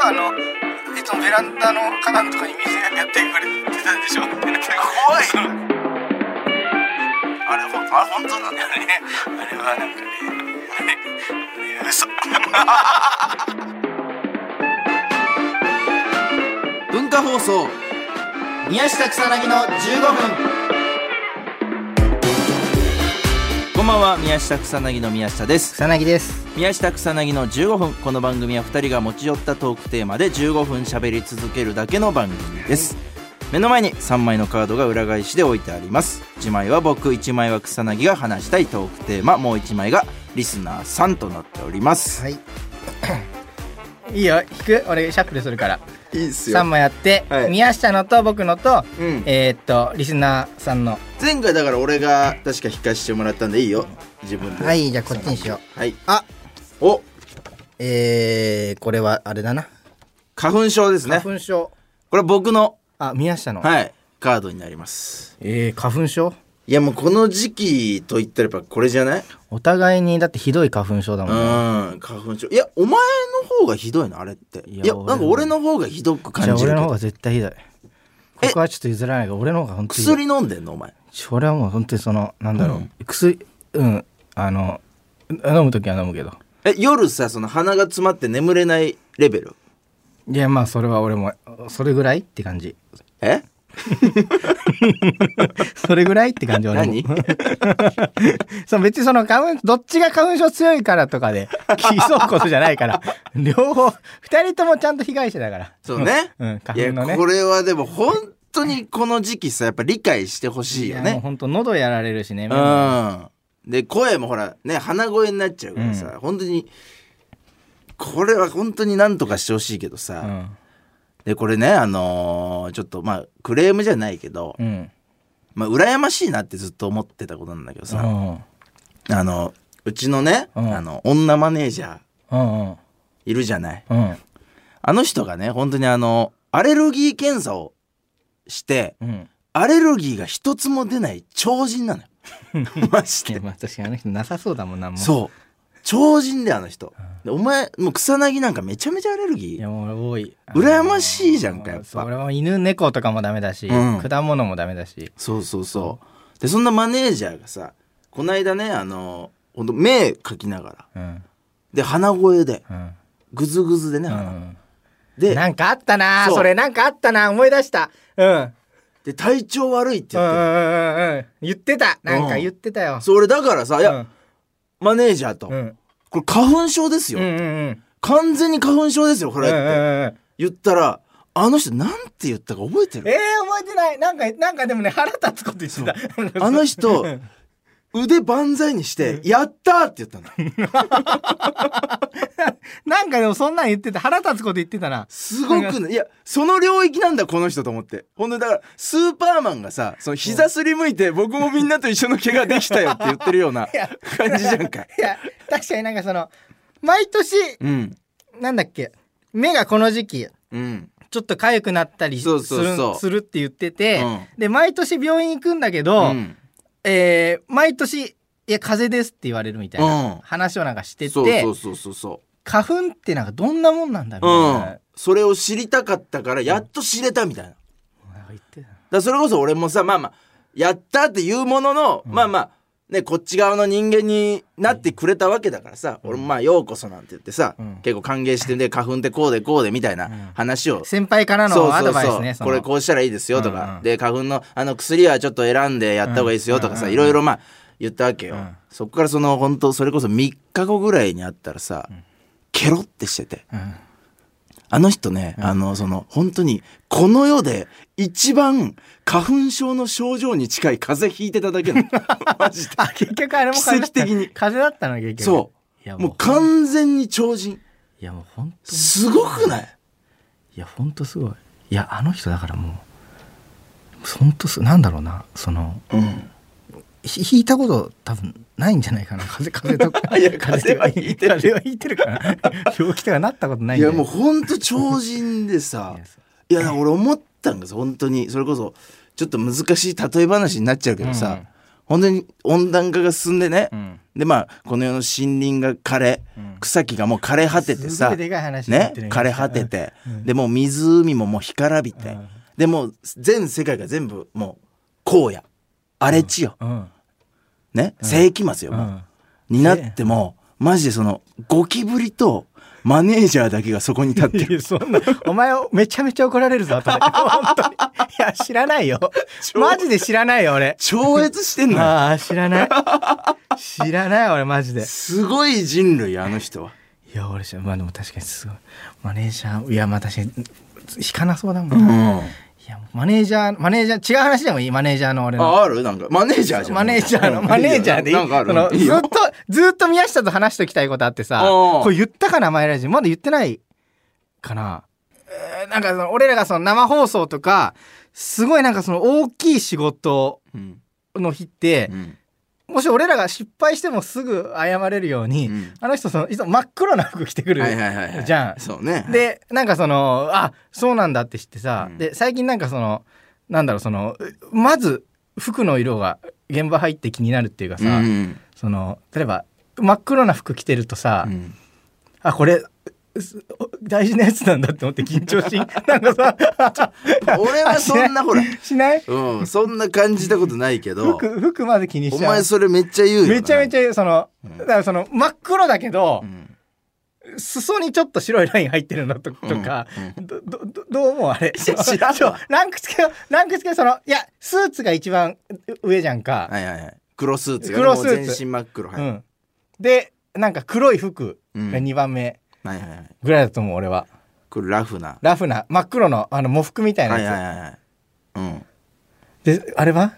あのいつもベランダの花のとこに水やってくれてたんでしょ怖いそうあれほんあ本当なんだよねあれはなんかねあれあれ嘘文化放送宮下草薙の15分こんばんは宮下草薙の宮下です草薙です宮下草薙の15分この番組は2人が持ち寄ったトークテーマで15分喋り続けるだけの番組です目の前に3枚のカードが裏返しで置いてあります1枚は僕1枚は草薙が話したいトークテーマもう1枚がリスナーさんとなっておりますはい いいよ引く俺シャッフルするからいいっす3枚あって、はい宮下のと僕のと、うんえーっとリスナーさんの前回だから俺が確か引かしてもらったんでいいよ自分でははいじゃあこっちにしようはいあおえー、これはあれだな花粉症ですね花粉症これ僕のあ宮下の、はいカードになりますえー、花粉症いやもうこの時期といったらやっぱこれじゃないお互いにだってひどい花粉症だうもん、ん花粉症いやお前の方がひどいのあれっていいややなんか俺の方がひどくじゃ感あじる俺けの方どが絶対ひどいここはちょっと譲らないが俺の方が本当にひどい薬飲んでんのお前それはもう本当にそのなんだろう、薬うんあの飲む時は飲むけどえ夜さその鼻が詰まって眠れないレベルいやまあそれは俺もそれぐらいって感じ えそれぐらいって感じ俺も何 その別にその花粉どっちが花粉症強いからとかで 競うことじゃないから両方二人ともちゃんと被害者だからそうね、うん花い粉やのねこれはでも本当にこの時期さやっぱ理解してほしいよいやもうね本当喉やられるしねうんで声もほらね鼻声になっちゃうからさ、本当にこれは本当になんとかしてほしいけどさ、うんでこれねあのーちょっとまあクレームじゃないけど、うんまあ羨ましいなってずっと思ってたことなんだけどうさ、んあのうちのね、うんあの女マネージャーうんいるじゃないうんあの人がね本当にあのアレルギー検査をしてうんアレルギーが一つも出ない超人なのよ マジいでやまあ確かにあの人なさそうだもんなもうそう超人であの人でお前もう草薙なんかめちゃめちゃアレルギいーやもう多い羨ましいじゃんかやっぱそう俺は犬猫とかもダメだし、うん果物もダメだしそうそうそうでそんなマネージャーがさこないだねあのほんと目かきながらうんで鼻声でうんグズグズでね、う鼻んでなんかあったなそうそれなんかあったな思い出したうんうんで体調悪いってう言ってる、んうんうん言ってたなんかうん言ってたよ、それだからさいや、うんマネージャーと、うんこれ花粉症ですよ、うんうんうん完全に花粉症ですよこうんれうって、んうん言ったらあの人なんて言ったか覚えてえー、る覚えてないなんかなんかでもね腹立つこと言ってた あの人腕万歳にして「やった!」って言ったのなんかでもそんなん言ってた腹立つこと言ってたなすごくねいやその領域なんだこの人と思ってほんとだからスーパーマンがさその膝すりむいて僕もみんなと一緒の怪我できたよって言ってるよう なや感じじゃんかいや確かになんかその毎年うんなんだっけ目がこの時期うんちょっと痒くなったりするそうそうそうするって言ってて、うんで毎年病院行くんだけうど、んえー毎年「いや風邪です」って言われるみたいな、うん話をなんかしててそうそうそうそうそ花粉ってなんかどんなもんなんうだみたいうな,、んそれを知りたかったからやっと知れたみたいななんか言ってたなだからそれこそ俺もさまあまあやったっていうものの、まあまあねこっち側の人間になってくれたわけだからさ、俺もまあ「ようこそ」なんて言ってさ、うん結構歓迎してで花粉ってこうでこうでみたいな話を、先輩からそうのそアうドバイそスうねこれこうしたらいいですよとか、うんうんで花粉のあの薬はちょっと選んでやった方がいいですよとかさ、うんいろいろまあ言ったわけよ、うんそっからその本当それこそ3日後ぐらいに会ったらさ、ケロってしてて。うんあの人ね、あの、その、本当に、この世で一番花粉症の症状に近い風邪ひいてただけ なの。マジで。あ結局あれも風邪だった奇跡的に風邪だったの結局そいやう。ももうう完全に超人。いやもう本当にすごくないいやほんとすごいいやあの人だからもうほんとすなんだろうなそのうん。ひ引いたこと多分ないんじゃないかな風風とか いや風は引いてる風は引いてるから病気とかなったことないいんだや、よもう本当超人でさ。いや、俺思ったんです、本当に。それこそ、ちょっと難しい例え話になっちゃうけどさ、本当に温暖化が進んでね、うんでまあこの世の森林が枯れ、草木がもう枯れ果ててすごさいでかい話になねってるね枯れ果てて、でもう湖ももう干からびて、でもう全世界が全部もう荒野荒れ地よ、うんね世紀末よ、もうになってもマジでそのゴキブリとマネージャーだけがそこに立っているやそんなお前をめちゃめちゃ怒られるぞ 後で本当にいや知らないよマジで知らないよ俺超越してんのよああ知らない 知らない俺マジですごい人類あの人はいや俺知らまあでも確かにすごいマネージャーいやまあ確かに引かなそうだもうんな、いんやマネージャーマネージャー違う話でもいいマネージャーの俺のああるなんかマネージャーじゃんマネージャーのマネージャーでいいなんかあそのるいいよずっとずっと宮下と話しておきたいことあってさおうこれ言ったかな前ラジオまだ言ってないかな、えーなんかその俺らがその生放送とかすごいなんかその大きい仕事うんの日ってう、んもし俺らが失敗してもすぐ謝れるように、うんあの人そのいつも真っ黒な服着てくる、はいはいはいはいじゃんそうねでなんかそのあそうなんだって知ってさ、うんで最近なんかそのなんだろうそのうまず服の色が現場入って気になるっていうかさ、うんその例えば真っ黒な服着てるとさ、うんあこれす大事なやつなんだって思って緊張 しなんかさ俺はそんなほらしないうんそんな感じたことないけど服服まで気にしおちゃ前うそれめっちゃ言うよなめちゃめちゃその、だからその真っ黒だけどう、ん裾にちょっと白いライン入ってるのととか、どどどどうもあれ知 らんわランク付けをランク付けそのいやスーツが一番う上じゃんか、はいはいはい黒スーツが黒スーツもう全身真っ黒はういん、でなんか黒い服うがん2番目はいはいはいぐらいだと思う俺はこれラフなラフな真っ黒のあの喪服みたいなはいやつ、はいはいはいうんであれは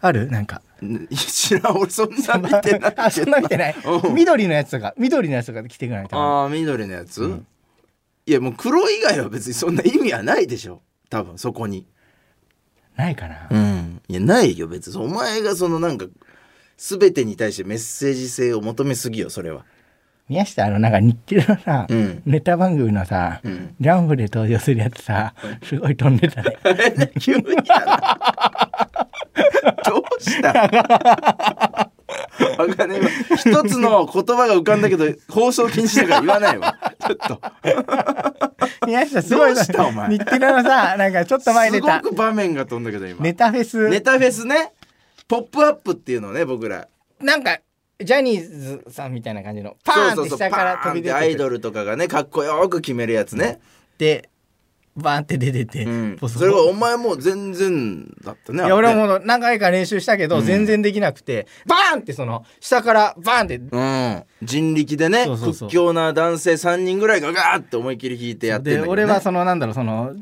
あるなんかいや知らん俺そんな見てない あそんな見てないうん緑のやつとか緑のやつとか着てくれないとああ緑のやつ、いやもう黒以外は別にそんな意味はないでしょ多分そこにないかな、うんいやないよ別にお前がそのなんか全てに対してメッセージ性を求めすぎよそれは宮下あのなんか日テレのさ、うんネタ番組のさ、んジャンプで登場するやつさ、すごい飛んでたね。 急にやなどうした わかんない今一つの言葉が浮かんだけど放送禁止だから言わないわちょっと宮下すごいどうしたお前日テレのさ、なんかちょっと前す出たごく場面が飛んだけど今ネタフェス、ネタフェスねポップアップっていうのをね僕らなんかジャニーズさんみたいな感じのパーンって下から飛び出パーンってアてイドルとかがねかっこよく決めるやつね、でバーンって出てて、うんボソそれがお前もう全然だったねいや俺はももう何回か練習したけど全然できなくて、バーンってその下からバーンってうん人力でねそうそうそう屈強な男性3人ぐらいがガーッて思いっきり引いてやってんだけど、でね、俺はそのなんだろうその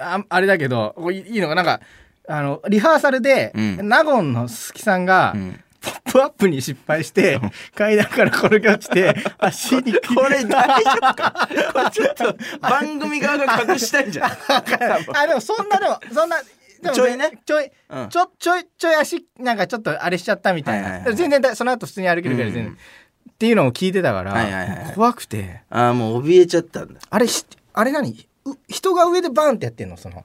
ああれだけどこれいいのかなんかあのリハーサルで、うん納言の鈴木さんが、うんポップアップに失敗して、階段から転げ落ち て、足に切これ大丈夫 かこれちょっと 番組側が隠したいんじゃないあ、でもそんなでも、そんな、でもちょいねちょい、うんちょ、ちょい、ちょい足、なんかちょっとあれしちゃったみたいな。はいはいはい全然だ、その後普通に歩けるからい全然、うんっていうのを聞いてたから、はいはいはい怖くて、ああもう怯えちゃったんだあれし、あれ何う人が上でバーンってやってんのその。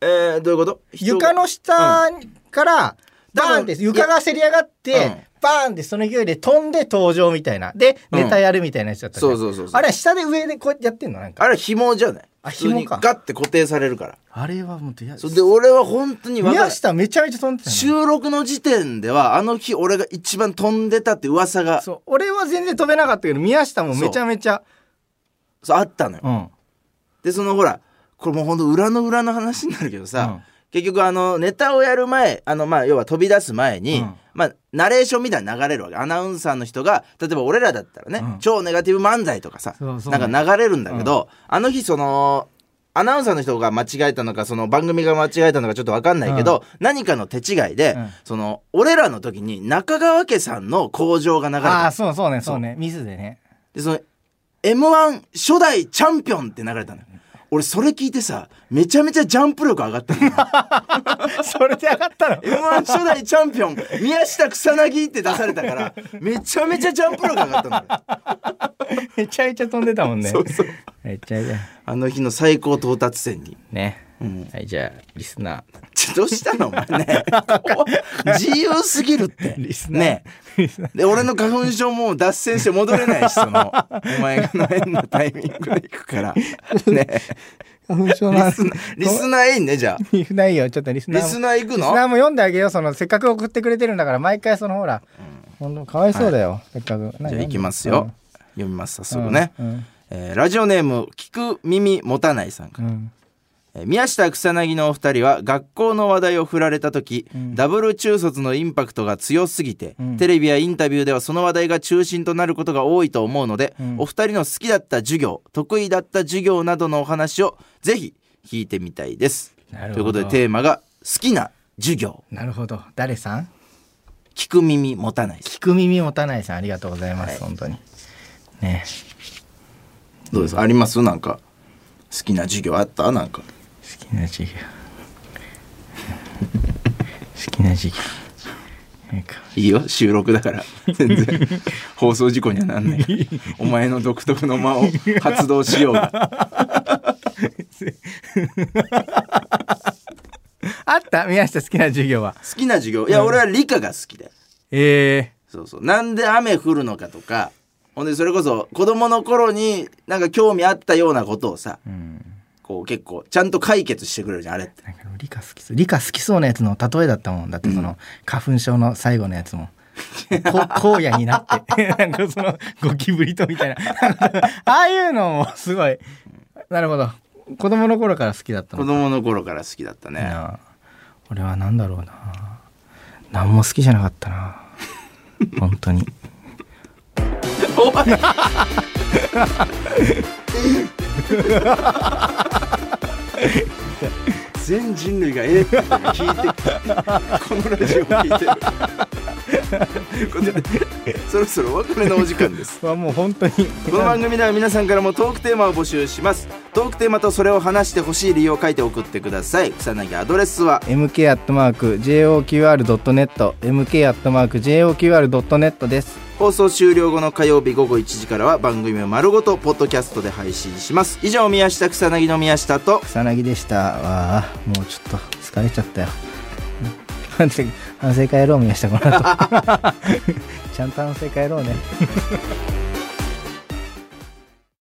えー、どういうこと人が床の下から、バーンって多分床がせり上がいって、やうんバーンってその勢いで飛んで登場みたいな。で、うんネタやるみたいなやつだったじゃんそうそうそうそうあれは下で上でこうやってやってんのなんか。あれ紐じゃないあ普通に紐かガッて固定されるからあれはもうやそれで俺は本当にわか宮下めちゃめちゃ飛んでたよね収録の時点ではあの日俺が一番飛んでたって噂がそそう俺は全然飛べなかったけど宮下もめちゃめちゃうあったのよ、うんでそのほらこれもうほんと裏の裏の話になるけどさ、うん結局あのネタをやる前あのまあ要は飛び出す前に、うんまあナレーションみたいなの流れるわけアナウンサーの人が例えば俺らだったらね、うん超ネガティブ漫才とかさそうそうなんか流れるんだけど、あの日そのアナウンサーの人が間違えたのかその番組が間違えたのかちょっと分かんないけど、何かの手違いで、うんその俺らの時に中川家さんの工場が流れたああそうそうねそうねミスでねでその m 1初代チャンピオンって流れたのよ俺それ聞いてさめちゃめちゃジャンプ力上がったの m それで上がったの1初代チャンピオン宮下草薙って出されたからめちゃめちゃジャンプ力上がったのよめちゃめちゃ飛んでたもんねそうそうめちゃめちゃあの日の最高到達点にねうんはい、じゃあ、リスナちょどうしたのお前ねこう自由すぎるって リスナーねー。で俺の花粉症も脱線して戻れないしそのお前の変なタイミングで行くからね花粉症のリ話スナリスナーいいねじゃあリスナーいいよ、ちょっとリスナーリも。スナー行くリスのナーも読んであげよう、その、せっかく送ってくれてるんだから、毎回そのほら、ほんとかわいそうだよ、せっかく。じゃあ行きますよ、読みます早速ね、うんえーラジオネーム聞く耳持たないさんからうんうんえー宮下草薙のお二人は学校の話題を振られた時、うんダブル中卒のインパクトが強すぎて、うんテレビやインタビューではその話題が中心となることが多いと思うので、うんお二人の好きだった授業得意だった授業などのお話をぜひ聞いてみたいです。なるというほこどとでテーマが「好きな授業なるほど。誰さん聞く耳持たない」聞く耳持たないさん、ありがとうございます、本当に。ねどうですかありますなんか好きな授業あったなんか好きな授業。 好きな授業。なんかいいよ収録だから全然放送事故にはなんないお前の独特の間を発動しようがあった宮下好きな授業は。好きな授業いや俺は理科が好きだよえそうそうなんで雨降るのかとかほんでそれこそ子供の頃になんか興味あったようなことをさえうん。こう結構ちゃんと解決してくれるじゃんあれってなんか理科好きそう。理科好きそうなやつの例えだったもん。だってその、花粉症の最後のやつも。こ 荒野になって。なんかそのゴキブリとみたいな。 ああいうのもすごい。なるほど。子供の頃から好きだった子の。供の頃から好きだったいねや俺は何だろうな。何も好きじゃなかった な。本当に。おい全人類がええって聞いてこのラジオを聞いてると いうことでそろそろお別れのお時間ですはもう本 当に。この番組では皆さんからもトークテーマを募集しますトークテーマとそれを話してほしい理由を書いて送ってください草薙アドレスは mk.joqr.net mk.joqr.net です放送終了後の火曜日午後1時からは番組を丸ごとポッドキャストで配信します以上宮下草薙の宮下と草薙でしたわあもうちょっと疲れちゃったよ 反省 反省会やろう宮下この後ちゃんと反省会やろうね